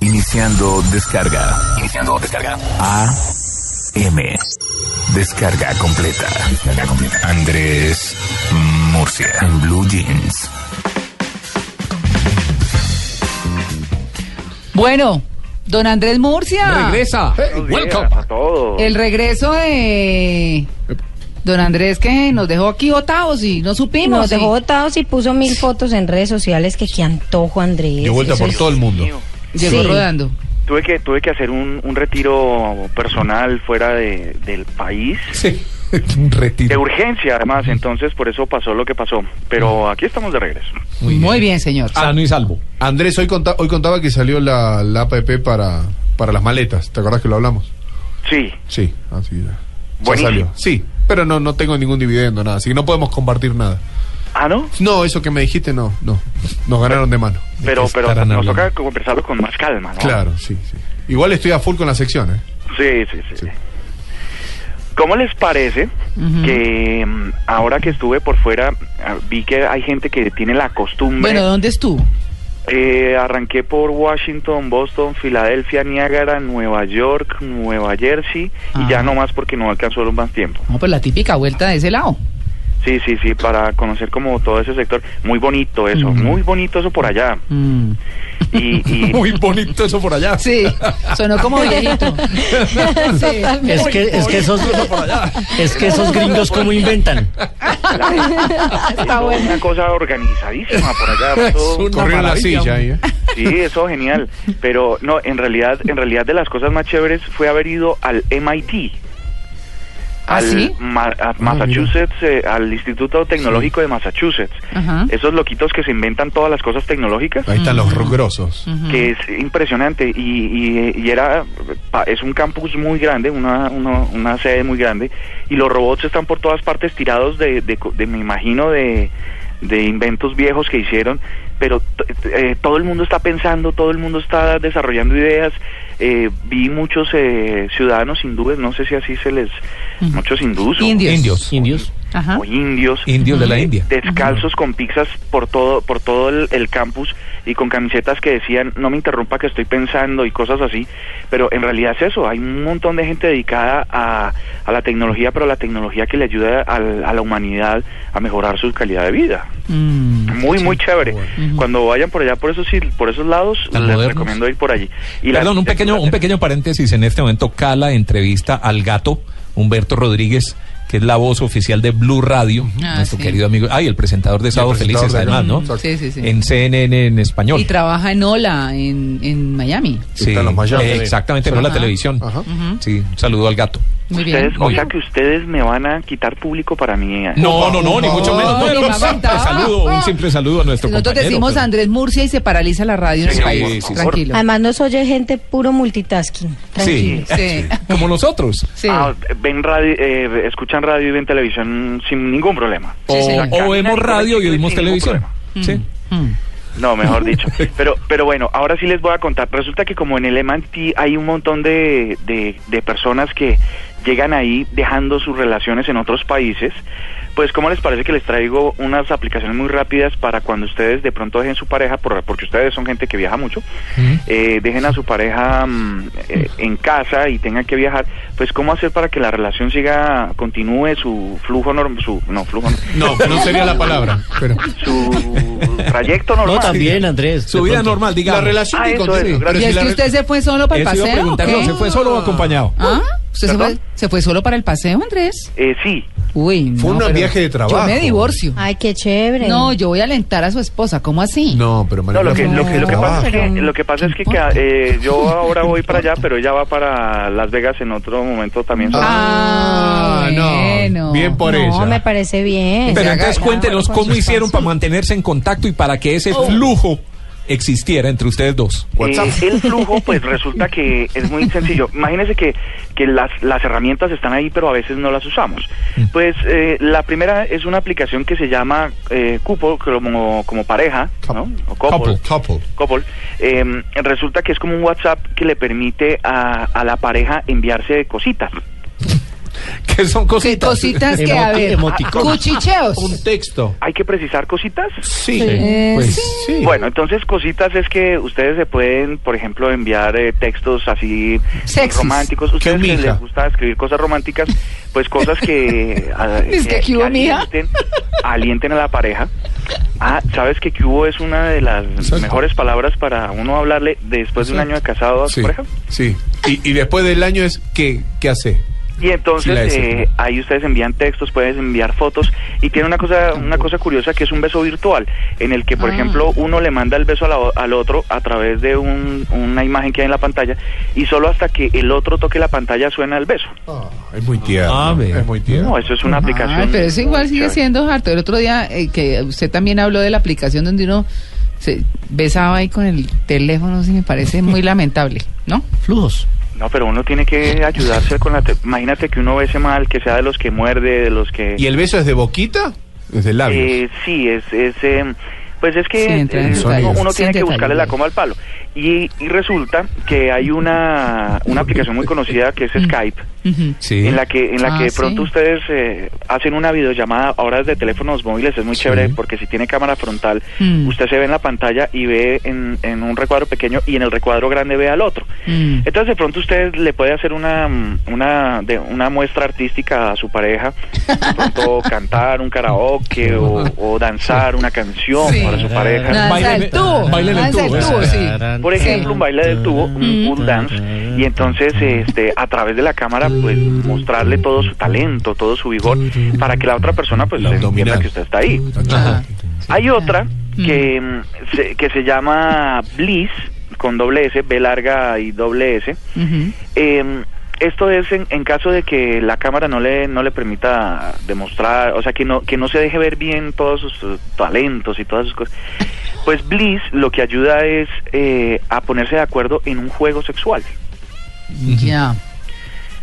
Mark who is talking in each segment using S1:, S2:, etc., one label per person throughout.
S1: Iniciando descarga. Iniciando descarga. A. M. Descarga completa. Descarga completa. Andrés Murcia. En Blue Jeans.
S2: Bueno, don Andrés Murcia.
S3: Regresa. welcome.
S4: a todos.
S2: El regreso de don Andrés que nos dejó aquí botados y no supimos.
S5: Nos
S2: y-
S5: dejó botados y puso mil fotos en redes sociales que que antojo Andrés.
S3: De vuelta
S5: Eso
S3: por
S5: es-
S3: todo el mundo.
S2: Llegó
S5: Sí.
S2: rodando.
S4: Tuve que, tuve que hacer un, un retiro personal fuera de- del país.
S3: Sí. Un retiro.
S4: De urgencia, además, entonces por eso pasó lo que pasó. Pero aquí estamos de regreso.
S2: Muy bien, señor.
S6: Ah,
S3: Sano y salvo.
S6: Andrés, hoy, conta- hoy contaba que salió la, la APP para, para las maletas. ¿Te acordás que lo hablamos?
S4: Sí,
S6: Sí, así ya. ya
S4: Buenísimo.
S6: salió. Sí, pero no, no tengo ningún dividendo, nada. Así que no podemos compartir nada.
S4: ¿Ah, no?
S6: No, eso que me dijiste, no, no. Nos ganaron de mano.
S4: Pero,
S3: qué
S4: pero
S3: estarán
S4: nos
S3: hablando?
S4: toca conversarlo con más calma, ¿no?
S6: Claro, sí, sí. Igual estoy a full con la sección, ¿eh?
S4: Sí, sí, sí.
S6: Sí.
S4: ¿Cómo les parece que mm, ahora que estuve por fuera ah, vi que hay gente que tiene la costumbre?
S2: Bueno, ¿dónde estuvo?
S4: Eh, arranqué por Washington, Boston, Filadelfia, Niágara, Nueva York, Nueva Jersey
S2: Ah.
S4: y ya no más porque no alcanzó más tiempo.
S2: No, pues la típica vuelta de ese lado.
S4: Sí, sí, sí, para conocer como todo ese sector. Muy bonito eso,
S3: Mm.
S4: muy bonito eso por allá.
S2: Mm.
S4: Y, y-
S3: Muy bonito eso por allá.
S2: Sí, sonó como viejito. Sí.
S7: Es que, es que esos es que esos gringos cómo inventan.
S2: Está
S4: todo
S2: bueno.
S4: una cosa organizadísima por allá.
S3: Es
S4: todo-
S3: una
S6: Corrieron la
S3: maravilla,
S6: silla ahí,
S3: hombre.
S6: ¿eh?
S4: Sí, eso genial. Pero no, en realidad, en realidad de las cosas más chéveres fue haber ido al MIT.
S2: ¿Ah,
S4: Al
S2: sí?
S4: Ma- a Massachusetts, eh, al Instituto Tecnológico de Massachusetts.
S2: Ajá.
S4: Esos loquitos que se inventan todas las cosas tecnológicas,
S6: Ahí están los grosos.
S4: que es impresionante. Y, y- y era pa- es un campus muy grande, una, una, una sede muy grande. Y los robots están por todas partes tirados de, de co- de, me imagino, de, de inventos viejos que hicieron. Pero t- t- eh, todo el mundo está pensando, todo el mundo está desarrollando ideas. Eh, vi muchos eh, ciudadanos hindúes, no sé si así se les... Muchos hindúes o-
S2: Indios.
S3: Indios.
S7: Indios.
S2: Ajá.
S4: o indios.
S3: Indios de la
S4: eh,
S3: India.
S4: Descalzos con pizzas por todo, por todo el, el campus y con camisetas que decían, no me interrumpa que estoy pensando y cosas así. Pero en realidad es eso, hay un montón de gente dedicada a, a la tecnología, pero la tecnología que le ayuda al- a la humanidad a mejorar su calidad de vida.
S2: Mm.
S4: Muy, muy chévere. Cuando vayan por allá, por esos, ir- por esos lados,
S3: Tan
S4: les
S3: modernos.
S4: recomiendo ir por allí. Y las-
S8: Perdón, un pequeño, un pequeño paréntesis. En este momento, Cala entrevista al gato Humberto Rodríguez, que es la voz oficial de Blue Radio,
S2: Ah,
S8: nuestro
S2: sí.
S8: querido amigo. Ay, el presentador de Sábado
S6: presentador
S8: Felices,
S6: de Blue,
S8: además, ¿no?
S6: exacto.
S2: Sí, sí, sí.
S8: En CNN en español.
S2: Y trabaja en Ola, en, en Miami.
S8: Sí,
S6: Está en los Miami.
S8: eh, exactamente, no la televisión.
S6: Ajá.
S8: Sí, un saludo al gato.
S2: Muy bien.
S4: ustedes, o
S8: Muy
S4: sea
S8: bien.
S4: que ustedes me van a quitar público para mí. eh.
S8: No, no, no, ni mucho menos.
S2: No, ni
S8: pero
S2: me
S8: un simple
S2: aguantaba.
S8: saludo, un simple saludo a nuestro
S2: Nosotros
S8: compañero,
S2: decimos
S8: pero-
S2: Andrés Murcia y se paraliza la radio en
S8: Sí,
S2: el país.
S8: sí, sí.
S2: Tranquilo.
S5: Además nos oye gente puro multitasking.
S8: Sí,
S5: Tranquilo.
S2: Sí.
S8: como nosotros.
S2: Sí.
S4: Ah, ven radio, eh, escuchan radio y ven televisión sin ningún problema.
S2: Sí,
S8: o,
S2: señor.
S8: o vemos radio y oímos
S4: Sin ningún
S8: televisión. Sí.
S2: Mm.
S4: No, mejor dicho. Pero, pero bueno, ahora sí les voy a contar. Resulta que como en el MIT hay un montón de, de, de personas que llegan ahí dejando sus relaciones en otros países, pues ¿cómo les parece que les traigo unas aplicaciones muy rápidas para cuando ustedes de pronto dejen su pareja, por- porque ustedes son gente que viaja mucho, eh, dejen a su pareja mm, eh, en casa y tengan que viajar, pues ¿cómo hacer para que la relación siga, continúe su flujo normal, su, no, flujo, norm-
S6: No, no sería la palabra. Pero
S4: su trayecto normal?
S7: No, también, Andrés. de
S8: Su vida
S7: pronto.
S8: normal,
S6: la
S8: digamos.
S6: relación
S4: Ah,
S6: que
S4: eso,
S6: contiene-
S4: eso,
S6: pero
S2: ¿Y
S6: si
S2: es
S6: la
S2: que
S6: re-
S2: usted se fue solo para el
S8: Eso iba a
S2: paseo? o
S8: preguntar,
S2: qué?
S8: no, ¿se fue solo o acompañado?
S2: ¿Ah? ¿Usted se fue,
S4: ¿Perdón?
S2: se fue solo para el paseo, Andrés?
S4: Eh, sí,
S2: Uy,
S6: Fue
S2: no,
S6: un
S2: pero
S6: viaje de trabajo.
S2: Yo me divorcio.
S5: Ay, qué chévere.
S2: No, yo voy a alentar a su esposa. ¿Cómo así?
S6: No, pero
S4: No,
S6: María
S4: lo que,
S6: Clara,
S4: lo que, lo que pasa es que,
S5: Trabaja.
S4: lo que, pasa es que
S2: ¿Qué importa?
S4: ca- eh, yo ahora voy para allá, pero ella va para Las Vegas en otro momento también.
S2: Ah,
S6: Ah, no.
S2: bueno.
S6: Bien por
S5: No,
S6: ella.
S5: me parece bien.
S8: Pero
S2: haga-
S8: entonces cuéntenos
S2: con
S8: cómo
S2: sus
S8: hicieron
S2: fans. Oh.
S8: para mantenerse en contacto y para que ese flujo existiera entre ustedes dos?
S4: Eh, el flujo, pues resulta que es muy sencillo. Imagínense que, que las, las herramientas están ahí, pero a veces no las usamos. Pues eh, la primera es una aplicación que se llama eh, Cupo, como, como pareja, ¿no? O couple.
S6: Couple.
S4: Couple. Eh, resulta que es como un WhatsApp que le permite a, a la pareja enviarse cositas.
S3: Que son
S2: ¿Qué
S3: cositas.
S2: cositas que, a
S7: Emoti-
S2: ver,
S7: emoticonos.
S2: cuchicheos.
S3: Un texto.
S4: ¿Hay que precisar cositas?
S3: Sí.
S2: Eh,
S3: Pues
S2: sí.
S3: sí.
S4: Bueno, entonces cositas es que ustedes se pueden, por ejemplo, enviar eh, textos así
S2: Sexys.
S4: románticos. Ustedes que
S3: mija?
S4: les gusta escribir cosas románticas, pues cosas que, ah,
S2: Es que qué hubo, mija.
S4: alienten, alienten a la pareja. Ah, sabes que cubo es una de las
S6: Exacto.
S4: mejores palabras para uno hablarle después de un año de casado a su
S6: Sí,
S4: pareja.
S6: sí. Y, y después del año es ¿qué, qué hace?
S4: Y
S6: Sí, la
S4: entonces
S6: hice.
S4: eh, ahí ustedes envían textos, pueden enviar fotos y tiene una cosa una cosa curiosa que es un beso virtual en el que
S2: Ah.
S4: por ejemplo uno le manda el beso a la o- al otro a través de un- una imagen que hay en la pantalla y solo hasta que el otro toque la pantalla suena el beso.
S6: Ah, es muy tierno.
S8: Ah, ve.
S6: es muy tierno.
S4: No, eso es una aplicación.
S2: Ay, Ah, pero eso igual sigue
S4: chévere.
S2: siendo harto. El otro día eh, que usted también habló de la aplicación donde uno se besaba ahí con el teléfono, sí me parece muy lamentable, ¿no?
S7: Flujos.
S4: No, pero uno tiene que ayudarse con la te- imagínate que uno bese mal, que sea de los que muerde, de los que
S6: ¿Y el beso es de boquita? Es de labios.
S4: Eh, sí, es, es em, pues es que
S2: Sí, entra en
S4: eh,
S2: detalles.
S4: uno, uno
S2: Sí,
S4: tiene que
S2: detalles.
S4: buscarle la coma al palo. Y, y resulta que hay una, una aplicación muy conocida que es Skype,
S2: Ujú.
S8: Sí.
S4: en la que, en la
S2: Ah,
S4: que de
S2: sí.
S4: pronto ustedes eh, hacen una videollamada, ahora de teléfonos móviles es muy chévere porque si tiene cámara frontal,
S2: Mm.
S4: usted se ve en la pantalla y ve en, en un recuadro pequeño y en el recuadro grande ve al otro.
S2: Mm.
S4: Entonces de pronto usted le puede hacer una mm, una de una muestra artística a su pareja, de pronto cantar un karaoke o, o danzar una canción
S2: Sí.
S4: para su
S2: Danza
S4: pareja.
S2: Nada. Ah, el tubo,
S8: Baile del
S2: danza el
S8: tubo,
S2: tubo,
S8: esa.
S2: sí.
S4: Por ejemplo, un baile de tubo, un
S2: Mm.
S4: pool dance, y entonces este a través de la cámara pues mostrarle todo su talento, todo su vigor para que la otra persona pues
S6: La
S4: entienda
S6: abdominal.
S4: que usted está ahí.
S2: Ajá.
S4: Hay otra
S2: Mm.
S4: que, mm, se, que se llama Bliss con doble S, B larga y doble S.
S2: Ujú.
S4: Eh, esto es en, en caso de que la cámara no le no le permita demostrar, o sea, que no que no se deje ver bien todos sus eh, talentos y todas sus cosas. Pues Bliss lo que ayuda es eh, a ponerse de acuerdo en un juego sexual.
S2: Ya.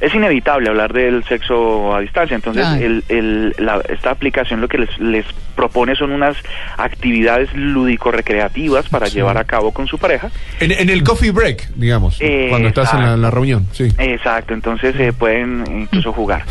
S4: Es inevitable hablar del sexo a distancia, entonces
S2: Ay.
S4: el- el- la- esta aplicación lo que les, les propone son unas actividades lúdico-recreativas para llevar a cabo con su pareja.
S6: En, en el coffee break, digamos,
S4: Eh,
S6: cuando estás en la, en la reunión, sí.
S4: Exacto, entonces se pueden incluso jugar.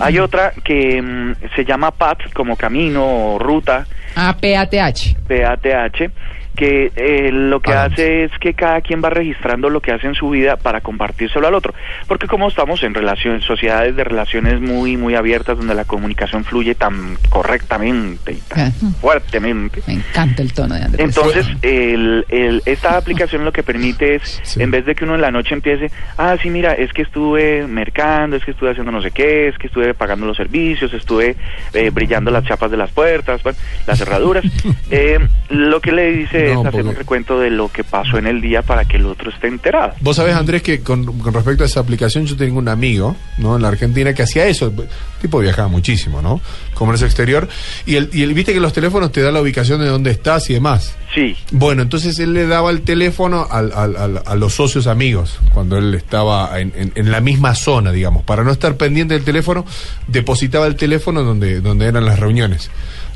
S4: Hay otra que mm, se llama PAT, como camino o ruta,
S2: APATH.
S4: PATH, que eh, lo que hace es que cada quien va registrando lo que hace en su vida para compartírselo al otro. Porque como estamos en relación, sociedades de relaciones muy, muy abiertas donde la comunicación fluye tan correctamente y tan
S2: Ah,
S4: fuertemente,
S2: Me encanta el tono de Andrés.
S4: entonces, el, el- esta aplicación lo que permite es,
S6: Sí.
S4: en vez de que uno en la noche empiece, ah, sí, mira, es que estuve mercando, es que estuve haciendo no sé qué, es que estuve pagando los servicios, estuve eh, brillando las chapas de las puertas, bueno, las cerraduras. Eh, lo que le dice
S6: No,
S4: es hacer un
S6: porque-
S4: recuento de lo que pasó en el día para que el otro esté enterado.
S6: Vos sabés, Andrés, que con, con respecto a esa aplicación, yo tengo un amigo, ¿no? En la Argentina que hacía eso. El tipo viajaba muchísimo, ¿no? Comercio exterior. Y, el, y el, viste que los teléfonos te dan la ubicación de dónde estás y demás.
S4: Sí.
S6: Bueno, entonces él le daba el teléfono al- al- al- a los socios amigos cuando él estaba en, en- en la misma zona, digamos. Para no estar pendiente del teléfono, depositaba el teléfono donde, donde eran las reuniones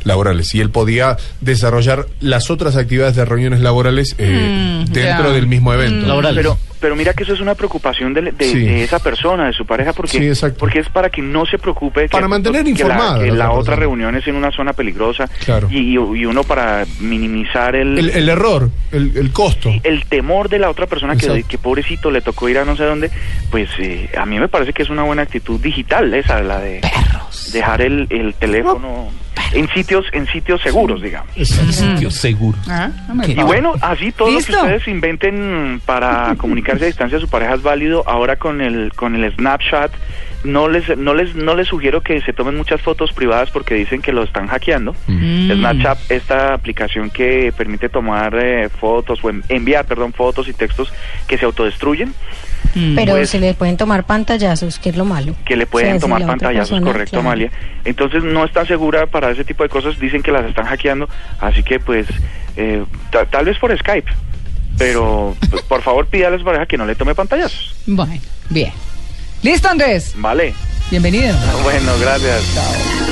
S6: laborales y él podía desarrollar las otras actividades de reuniones laborales eh,
S2: Mm,
S6: dentro
S2: ya. Mm.
S6: del mismo evento.
S7: Laborales.
S4: Pero, pero mira que eso es una preocupación de, de-
S6: Sí.
S4: de esa persona, de su pareja, porque,
S6: Sí, exacto.
S4: porque es para que no se preocupe. que-
S6: Para mantener
S4: que la-
S6: informada
S4: que
S6: a
S4: la,
S6: la otra
S4: otra
S6: persona.
S4: reunión es en una zona peligrosa.
S6: Claro.
S4: Y, y- y uno para minimizar el,
S6: El,
S4: el,
S6: el error, el, el costo.
S4: temor de la otra persona que,
S6: Exacto.
S4: que pobrecito le tocó ir a no sé dónde, pues eh, a mí me parece que es una buena actitud digital esa, la de dejar el, el teléfono en sitios en sitios seguros, digamos.
S8: Dios, seguro.
S2: Ah, no me
S4: Y
S2: paro.
S4: bueno, así todo
S2: ¿Listo?
S4: lo que ustedes inventen para comunicarse a distancia a su pareja es válido. Ahora con el con el Snapchat no les, no les, no les sugiero que se tomen muchas fotos privadas porque dicen que lo están hackeando.
S9: Mm.
S4: Snapchat, esta aplicación que permite tomar eh, fotos o en- enviar, perdón, fotos y textos que se autodestruyen,
S5: Pero
S4: Pues-
S5: se le pueden tomar pantallazos, que es lo malo.
S4: que le
S5: O sea,
S4: pueden
S5: si
S4: tomar
S5: la otra
S4: pantallazos,
S5: persona,
S4: correcto,
S5: claro.
S4: Amalia. Entonces no está segura para ese tipo de cosas, dicen que las están hackeando, así que pues eh, ta- tal vez por Skype, pero p- por favor pídale a su pareja que no le tome pantallazos,
S2: Bueno, bien. Listo, Andrés.
S4: ¿vale?
S2: Bienvenido.
S4: Bueno, gracias.